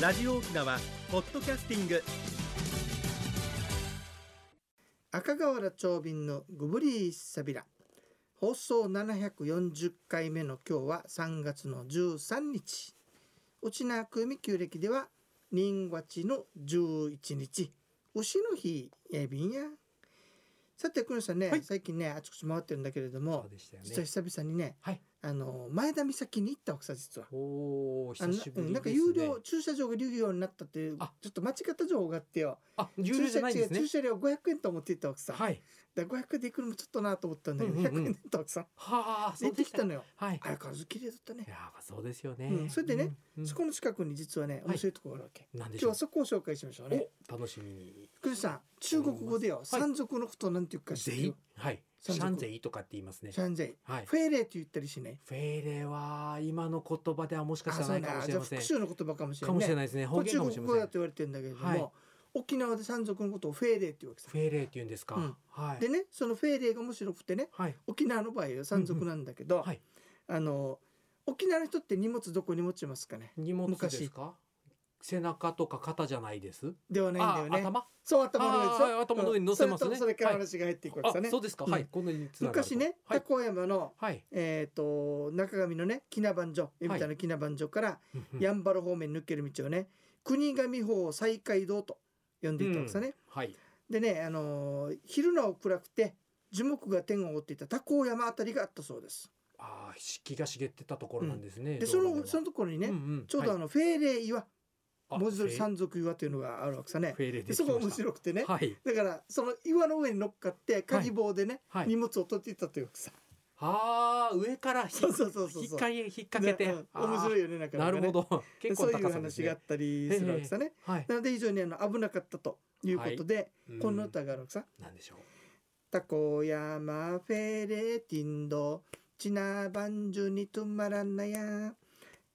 ラジオ沖縄ポッドキャスティング赤瓦長瓶のグブリーサビラ放送740回目の今日は3月の13日内縄久美旧暦では人月の11日牛の日やびんやさて久野さんね、はい最近ねあちこち回ってるんだけれどそもうでしたよ実はね。久々にね、はいあの前田岬に行ったわけさ実は。おお、あの久しぶうんりなんかです有ね料。駐車場が流用になったっていうあちょっと間違った情報があってよあ、有料じゃないんです駐車違うね駐。車料500円と思って行ったわけさ、はい。だから500円で行くのもちょっとなと思ったんだけど、うんうんうん100円だったわけさはあ、そ行うってできしたた。のよはい。相変わらず綺麗だったねいや、まあ、そうですようね。んそれでねうん、うんそこの近くに実はね面白いところがあるわけ、なんで今し日ょうは。そこを紹介しましょうねお、楽しみに。福士さん中国語でよ、はい山賊のことをなんていうか知ゼってるイ。はい。シ山賊ャンゼイとかって言いますねシ。ャンゼイはい。フェーレーと言ったりしねフェイレは今の言葉ではもしかしたらないかもしれじゃあません復。讐の言葉かもしれかなもいしれねないですね。こ方れ言中かも国しれま語せだとん。言われてるんだけれども、はい沖縄で山賊のことをフェーレーっていうわけさフェイレって言うんですか。うんはいで。ねそのフェーレーが面白くてねはい。沖縄の場合は山賊なんだけど、うんうんはいあの沖縄の人って荷物どこに持ちますかね荷物ですか。背中とか肩じゃないです。ではないんだあよ、ね頭。そう頭の上でしあーょ頭の上に乗せますねうんそれとそれから話が入っていくわけあさね、、そうですか。うんはい。こんなに繋がると昔ね、はい高。高山のはい。えっ、と中上のね喜納番所みたいな喜納番所から、やんばる方面に抜ける道をね国神方西海道と呼んでいたわけさね、はい。でねあのー昼の暗くて樹木が天を覆っていた高山あたりがあったそうですああ、木が茂ってたところなんですね。でそ道路のではそのところにね、うんうんちょうどあはいのフェーレー岩、あ文字通フりェ山賊岩というのがあるわけさねフェーレででそこが面い白くてね、はい。だからその岩の上に乗っかって鍵棒でね、はい荷物を取っていったというわけさ、ああ、上からひそうそうそうそう引っ掛け引っ掛けてね、あうんー面白いよねなかななかねるほど。で結構そういう高さで話すがあっね。たりするわけさね、はい。なので非常にあの危なかったということで、うんこの歌があるわけさなんでしょう。タコヤマフェレティンドチナバンジュニトゥマランナヤ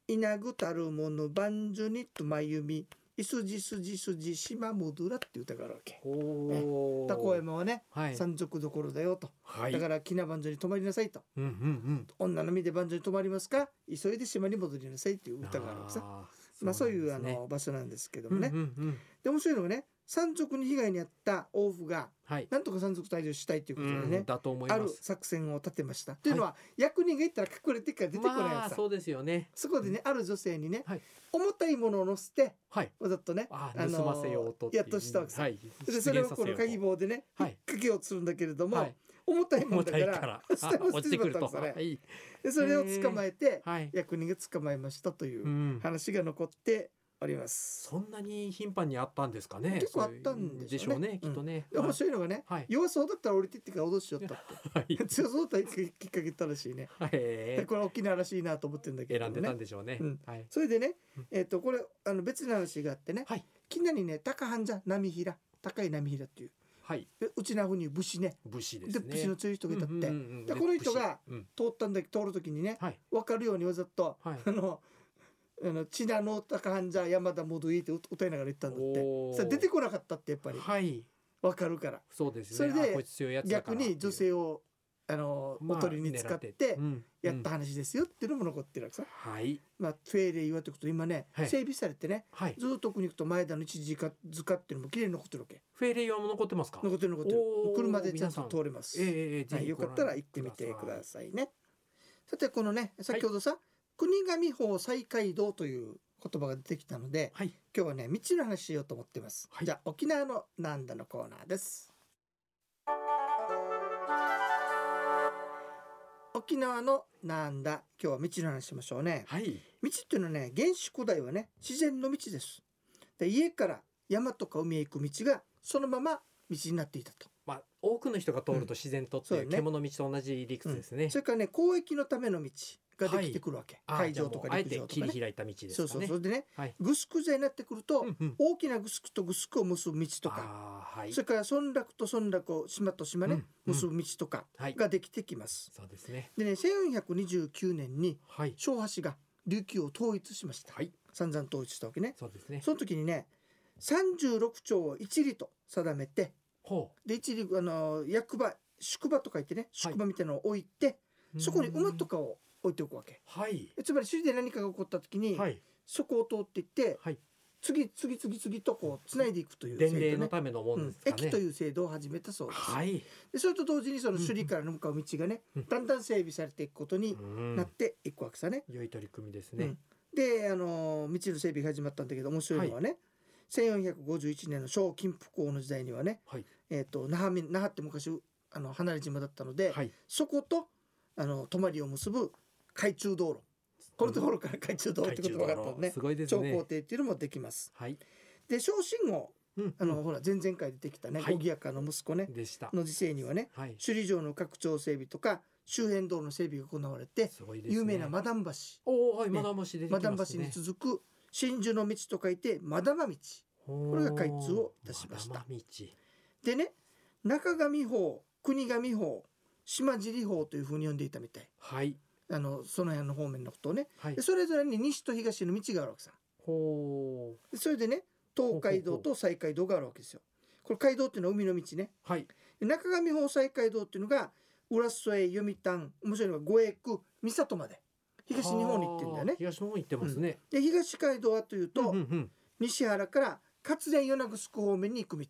イナグタルモヌバンジュニトゥマユミイスジスジスジシマムドゥラっていう歌があるわけおお。タコヤ。マはねはい。山賊どころだよと、はい。だからキナバンジョに泊まりなさいとうんうん女の身でバンジョに泊まりますか急いで島に戻りなさいっていううん。歌があるわけさあーまあそういうあなんですねの場所なんですけどうもんうんね、うん。で面白いのがね山賊に被害に遭った王府がはい。なんとか山賊退場したいといううことでね、んだと思いあまるす。作戦を立てました。というのは、役人が行ったら隠れてから出てこないまわあけさ。そうですよね。そこでね、ある女性にねはい、重たいものを乗せて、はい。わざとね、ああーのー盗ませようとっていう。やっとしたわけさはい。でそれをこ出現さのせ鍵よう棒でね、引はっい掛けをするんだけれどとはもい、。重たいも重んただかいからら、あ 下に落ちてくると。落ちてしまったは んですよねい。でそれを捕まえて、はい。。役人が捕まえましたといううん話が残っております。そんなに頻繁にあったんですかね。結構あったんでしょうでしょうね。ねきっとね。で面はい白いのがねはい、弱そうだったら降りてってから脅しよったっ はいて。強そうだったらきっかけたらしいね。はいでこれは沖縄らしいなと思ってるんだけれど選んもねでたんでしょうねうん。はい。それでねうん、えっ、と、これ、あの、別の話があってね、はい。きなりね、高半じゃ、波平、高い波平っていう。はい。でうちなふに武士ね、武士ですで、ね。武士の強い人がいたって、うんうんうんでこの人が。武士うん通ったんだけど、通る時にね、はい。わかるようにわざと、はい。あの、あの、ちなの高半じゃ、山田戻りって歌いながら言ったんだって。おーさ出てこなかったって、やっぱり、はい。わかるから。そうですね。それであこいつ強いやつだか逆らに女性を、あの、まあおとりに使っ狙てう、んやった話ですよっていうのも残ってるわけさ。はい。まあ、フェーレ岩ってこと、今ね、はい整備されてね、はい。ずっと奥に行くと前田の一時か塚っていうのも綺麗に残ってるわけフェリーはもう残ってますか。残ってる残ってるおー車でちゃんと通れます、ええええぜはい、ひよごか覧ったら行ってみてくださいねさてこのねい先ほどさ、国神法西海道という言葉が出てきたのではい。今日はね道の話しようと思ってます、はいじゃあ沖縄のなんだのコーナーです沖縄のなんだ今日は道の話しましょうね、はい。道っていうのはね原始古代はね自然の道ですで家から山とか海へ行く道がそのまま道になっていたと、まあ、多くの人が通ると自然とっていそううだね獣道と同じ理屈ですねそ。れからね交易のための道ができてくるわけ、あ海上とじかゃあもうあえ陸て上と切かねり開いた道ですそうかそうね。それでね、はいグスク剤になってくると、うんうん大きなグスクとグスクを結ぶ道とか、あーはい。それから村落と村落を島と島ね、うんうん結ぶ道とかはい。ができてきます、そうですね。でね1429年にはい。昭和氏が琉球を統一しました、はい。散々統一したわけねそうですね。その時にね36兆を一里と定めてほで一里あの役場宿場と書いてね宿場みたいなのを置いて、う。そこに馬とか。かを置いておくわけはい。えつまり首里で何かが起こった時に、はい。そこを通っていってはい。次次次々とこうつないでいくという伝制令度のね。ためのもうんでんす、かね。駅という制度を始めたそうです、はい。でそれと同時にその首里からの向かう道がね、うんだんだん整備されていくことにうんなっていくわけさね。良い取り組みですうねん。であのー道の整備が始まったんだけど面白いのはね、1451年の小金福王の時代にはね、はい。えー、と那覇み那覇って昔あの離れ島だったので、はい。そことあの泊まりを結ぶ海中道路このところから海中道路ってことが分かったのねすごいです超高ね。低っていうのもできます。はい。で小信号うんあの、ほら前々回出てきたねはい小木屋家の息子ね、でした。の時世にはねはい。首里城の拡張整備とか周辺道路の整備が行われて、すごいですね。有名なマダム橋おおはいねマダム橋出てきマまダすね。ム橋に続く真珠の道と書いてマダマ道これが開通をいたしましたマダム道。でね中上法国上法島尻法というふうに呼んでいたみたいはい。あのその辺の方面のことをねはいで。それぞれに西と東の道があるわけさほでそれでね東海道と西海道があるわけですよこれ海道っていうのは海の道ねうはい。で中上法西海道っていうのが浦添読谷面白いのが五栄区三郷まで東日本に行ってんだよあーね東の方に行ってますね。で東海道はというと、うんうんうん西原から勝連与那城方面に行く道、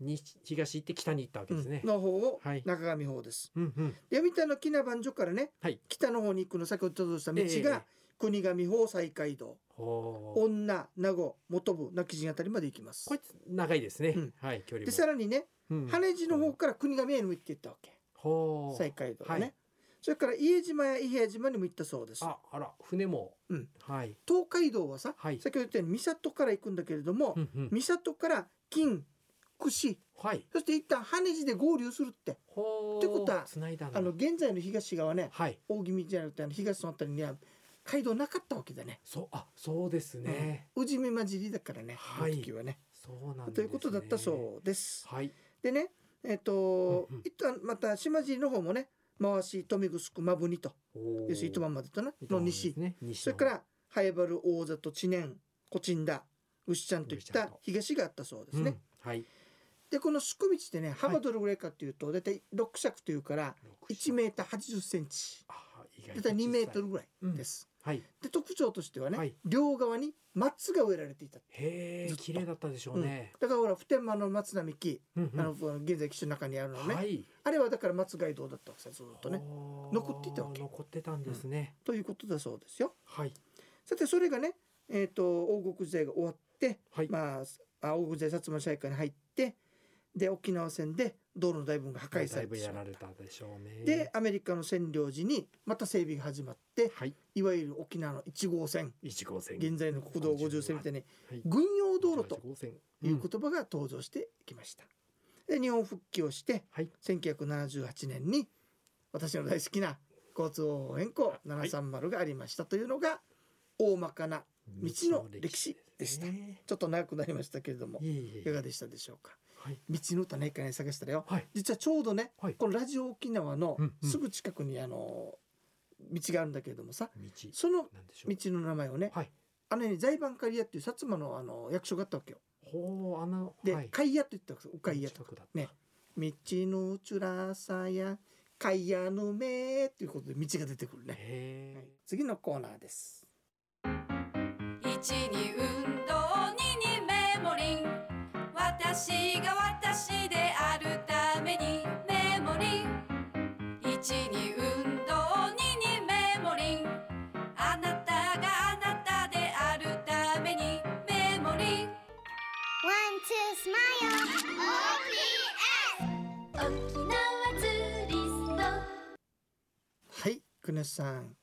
西東行って北に行ったわけですね。の方をはい中上方です、うんうん。で読谷の木名番所からね、はい北の方に行くの先ほどとした道ええが、国上方西海道ほう。女名護元部亡き人あたりまで行きますこいつ長いですね。うんはい距離でも。さらにねうん羽地の方から国上へ向いて行ったわけほう。西海道はね、はいそれから伊江島や伊平島にも行ったそうですああら船も。うんはい東海道はさはい。先ほど言ったように三郷から行くんだけれども、うんうん。三郷から金串はい。そして一旦羽地で合流するってほう。ってことは繋いだんだあの現在の東側ねはい。大宜味じゃなくてあの東のあたりには街道なかったわけだねそうあそうですね。宇治見混じりだからね、はいあの時はねそうなんですね。ということだったそうです。はい。でねえっ、と、うんうん一旦また島尻の方もね回し豊見城まぶにとおー要するに糸満までとね糸の満です西ね。西それのから早原大里知念コチンダ牛ちゃんといっ牛ちゃんたと東があったそうですうんね。はい。でこの宿道ってね幅どれぐらいかっていうと大体6尺というから1メーター8 0センチあー意外大と体2メート小ルぐらいです。さい。はい。で特徴としてはね、はい両側に松が植えられていた。へえずっと綺麗だったでしょうね。だからほら普天間の松並木うんうんあの現在基地の中にあるのね、はい。あれはだから松街道だったわけさずっとね。ほう残っていたわけ残ってたんですね。ということだそうですよ。はいさてそれがね、えー、と王国時代が終わって、はい。まあ、あ王国時代薩摩社会に入ってで沖縄戦で道路の大部分が破壊さだいれぶてしやまらう。れたでしょうね。でアメリカの占領時にまた整備が始まってはい。いわゆる沖縄の1号線一号線。現在の国道50線みたいにはい軍用道路と一号線いうんう言葉が登場してきました。で日本復帰をして、はい1978年に私の大好きな交通方法変更はい730がありましたというのが大まかな道の歴史でした。ねちょっと長くなりましたけれどもいえいえいいえか。がでしたでしょうか。はい。道の歌ね一回ね探したらよ。はい。実はちょうどね、はいこのラジオ沖縄のうんうんすぐ近くにあの道があるんだけれどもさ、道。そのなんでしょ道う。の名前をね、はい。あのね財番刈屋っていう薩摩のあの役所があったわけよ。ほうあので、はい。貝屋って言ったんですよ。お貝屋と近くだったね道のつらさや貝屋の目ということで道が出てくるね、へはいえ。次のコーナーです一に運動二にメモリン私が私であるためにメモリン一に運動二にメモリンあなたがあなたであるためにメモリン One, two, smile. OPS. 沖縄ツーリストはい国吉さん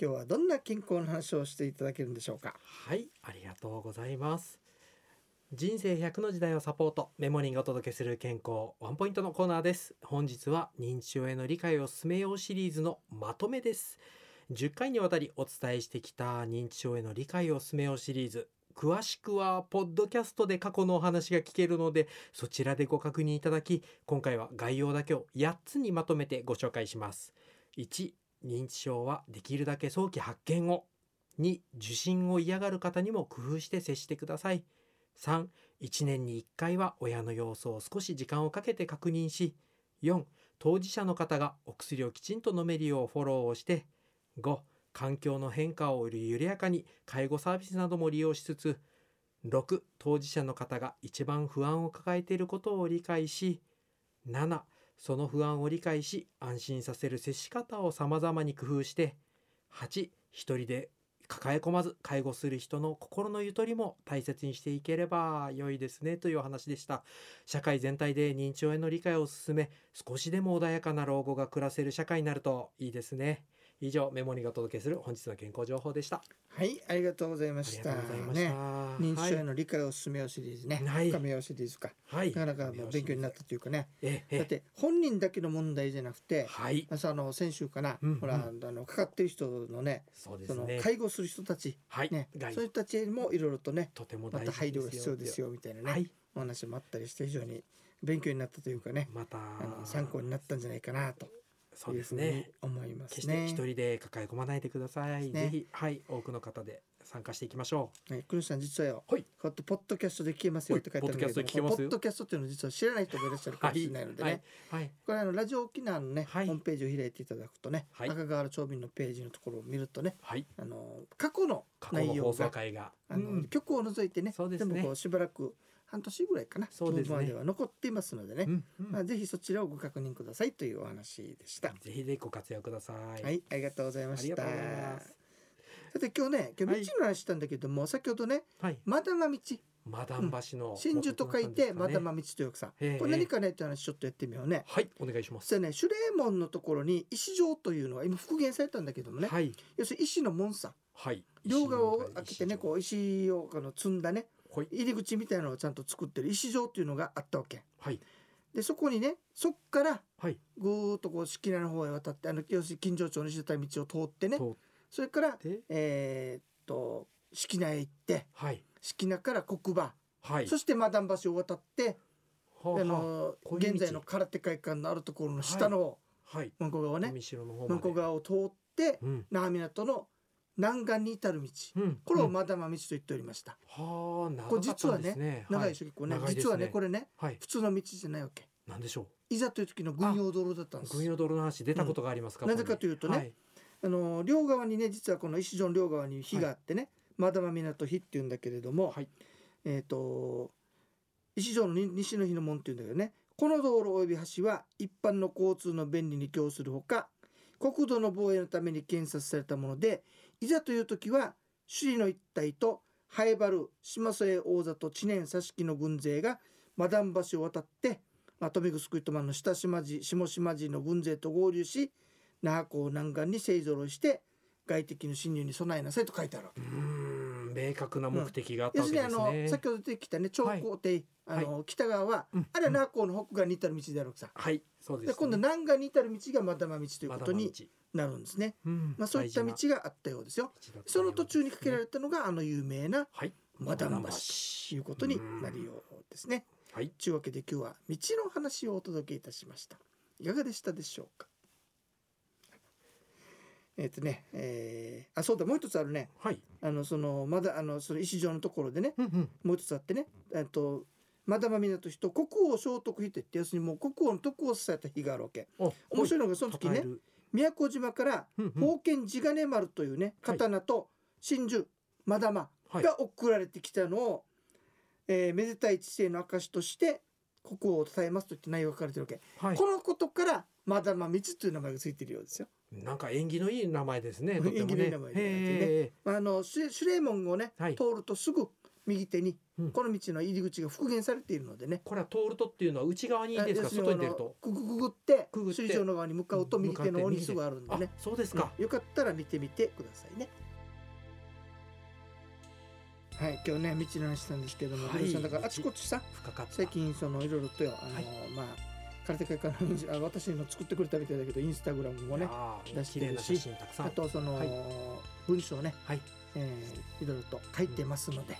今日はどんな健康の話をしていただけるんでしょうかはい、ありがとうございます。人生100の時代をサポート、メモリーがお届けする健康ワンポイントのコーナーです。本日は認知症への理解を進めようシリーズのまとめです。10回にわたりお伝えしてきた認知症への理解を進めようシリーズ。詳しくは、ポッドキャストで過去のお話が聞けるので、そちらでご確認いただき、今回は概要だけを8つにまとめてご紹介します。1、認知症はできるだけ早期発見を。2受診を嫌がる方にも工夫して接してください31年に1回は親の様子を少し時間をかけて確認し4当事者の方がお薬をきちんと飲めるようフォローをして5環境の変化を緩やかに介護サービスなども利用しつつ6当事者の方が一番不安を抱えていることを理解し7その不安を理解し安心させる接し方を様々に工夫して8一人で抱え込まず介護する人の心のゆとりも大切にしていければ良いですねというお話でした社会全体で認知症への理解を進め少しでも穏やかな老後が暮らせる社会になるといいですね以上メモリーがお届けする本日の健康情報でしたはい、ありがとうございまあしりた。がとうございました、ね、認知症への理解を進めようシリーズね、はい深めようシリーズか、はい、なかなかもう勉強になったというかね、ええだって本人だけの問題じゃなくて、はいまあさあの先週かな、うんほらあのかかってる人のね、そうでそすのね介護する人たち、はい、ね、がいそういう人たちにもいろいろとね、とてもま大事た配慮が必要ですよみたいなね、はいお話もあったりして非常に勉強になったというかね、またあの参考になったんじゃないかなとそういでうふすうにね思います決してね。一人で抱え込まないでください、ねぜひはい多くの方で参加していきましょね、クルンさん実はよ、はいこうやってポッドキャストで聞けますよって書いてあるんだけどはいポッドキャストで聞けますよポッドキャストっていうのを実は知らない人がいらっしゃるうかもしれないのでね、はい、はいこれあのラジオ沖縄のね、はいホームページを開いていただくとね、はい赤川町便のページのところを見るとねはい、あの過去の過去内の容放送が回があの、うん曲を除いてねそうですね全部こうしばらく半年ぐらいかなそうですねまでは残っていますのでね、うんうんまあ、ぜひそちらをご確認くださいというお話でした。ぜひぜひご活用ください、はい、ありがとうございまありしがた。とうございますさて今日ね、今は日い道の話したんだけども、先ほどね、はいマダマ道、マダン橋の真珠と書いて、マダンマ道とよくさん、ええこれ何かねって話ちょっとやってみようね。はいお願いしますそしたらね、守礼門のところに石状というのが今復元されたんだけどもね、はい要するに石の門さ、はい両側を開けてね、こうう石をあの積んだね、はい入り口みたいなのをちゃんと作ってる石状というのがあったわけ。はいで、そこにね、そっからはいぐーっとこう敷地の方へ渡って、あの要するに近所町にしてた道を通ってね通、それからってえーっと敷名へ行ってはい敷名から黒馬、はいそしてマダン橋を渡って、はあのこういう道現在の空手会館のあるところの下のはい向こう側ね、海城の方まで向こう側を通ってうん那覇港の南岸に至る道、うんこれをうんはマダン道と言っておりました。あ長これかった実はんですね長いはでしょ結構ね,、長いですね実はねこれねはい普通の道じゃないわけ。なんでしょいざという時の軍用道路だったんうです。軍用道路の話出たことがありますか、うんここになぜかというとねはいあの両側にね実はこの石城の両側に火があってね、マダマ港火っていうんだけれども、はいえっ、と石城のに西の日の門っていうんだけどねこの道路及び橋は一般の交通の便利に供するほか国土の防衛のために建設されたものでいざという時は首里の一帯と灰原島添大里知念佐敷の軍勢がマダン橋を渡って、まあ、富城救いとまの下島地下島地の軍勢と合流し那覇港南岸に勢ぞろいして外敵の侵入に備えなさいと書いてあるわけうーん明確な目的があった要わすけるでにすあのね。先ほど出てきたね長江亭、あの北側は、うんあれは那覇港の北岸に至る道であるわけさ、はい、そうです、で今度南岸に至る道がまだま道というまこだとまだに道なるんですね、うんまあ、そういった道があったようですよその途中にかけられたのがあの有名なはい、マダン橋と橋いうことになるようですねうんはい、というわけで今日は道の話をお届けいたしましたいかがでしたでしょうか えっ、とね、えーあそうだもう一つあるねはい、あのそのまだあのその石状のところでねうんうん、もう一つあってねえっとマダマ港と国王聖徳妃といって要するにもう国王の徳を支えた日があるわけお面白いいのがその時讃えねる宮古島からうんうん宝剣地金丸というねはい刀と真珠マダマはい、が送られてきたのを、えーめでたい知性の証として国王を称えますといって内容が書かれてるわけ、はいこ、のことからマダマ道という名前がついているようですよ。なんか縁起のいい名前ですね。と縁ても起のねいい名前でへあのシュシュレーモンをね、はい通るとすぐ右手にうんこの道の入り口が復元されているのでねー、これは通るとっていうのは内側にいいですか、あ要る外にに出あるのと。くぐくぐってくぐって水上の側に向かうとうん右手の向か方ってにすぐあるんであね、、そうですか。うんよかったら見てみてくださいね。はい今日ね道の話したんですけども、はいルーさんだからあちこちさ深かった。最近そのいろいろとよあの、はいまあ空手会館のインスあ私の作ってくれたみたいだけどインスタグラムもねあー出して綺麗るなし写真たくさん。あとその、はい文章をね、はいえーいろいろと書いてますので、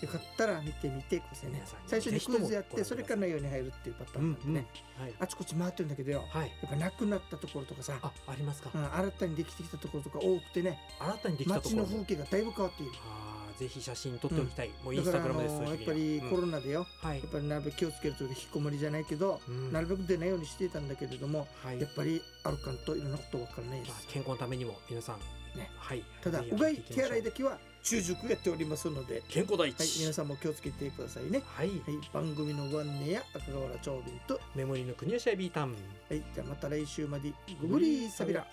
よかったら見てみてくださいね皆さんに最初にぜひクともイズやっご覧くだてそさいれから内容に入るっていうパターうんンなんでうん、ね、はい、あちこち回ってるんだけどよはい、やっぱなくなったところとかさ、あ、ありますか。うん新たにできてきたところとか多くてね新たにできたと街ころのも。風景がだいぶ変わっているあーぜひ写真撮っておきたい、もうインスだタかグラら、あのムですやっぱりコロロナでよ、はいやっぱりなるべく気をつけるというか引きこもりじゃないけど、うんなるべく出ないようにしていたんだけれども、はいやっぱり歩かんといろんなことわからないでまあす。健康のためにも皆さん、ねはいただぜひうがい手や洗いってだけは習熟やっておりますので、健康第はい、一皆。さんも気をつけてくださいね。はい、はい、番組のご案内や赤瓦長瓶と、はメモリーの国吉アビータン。い、じゃあまた来週まで、グブリーサビラ。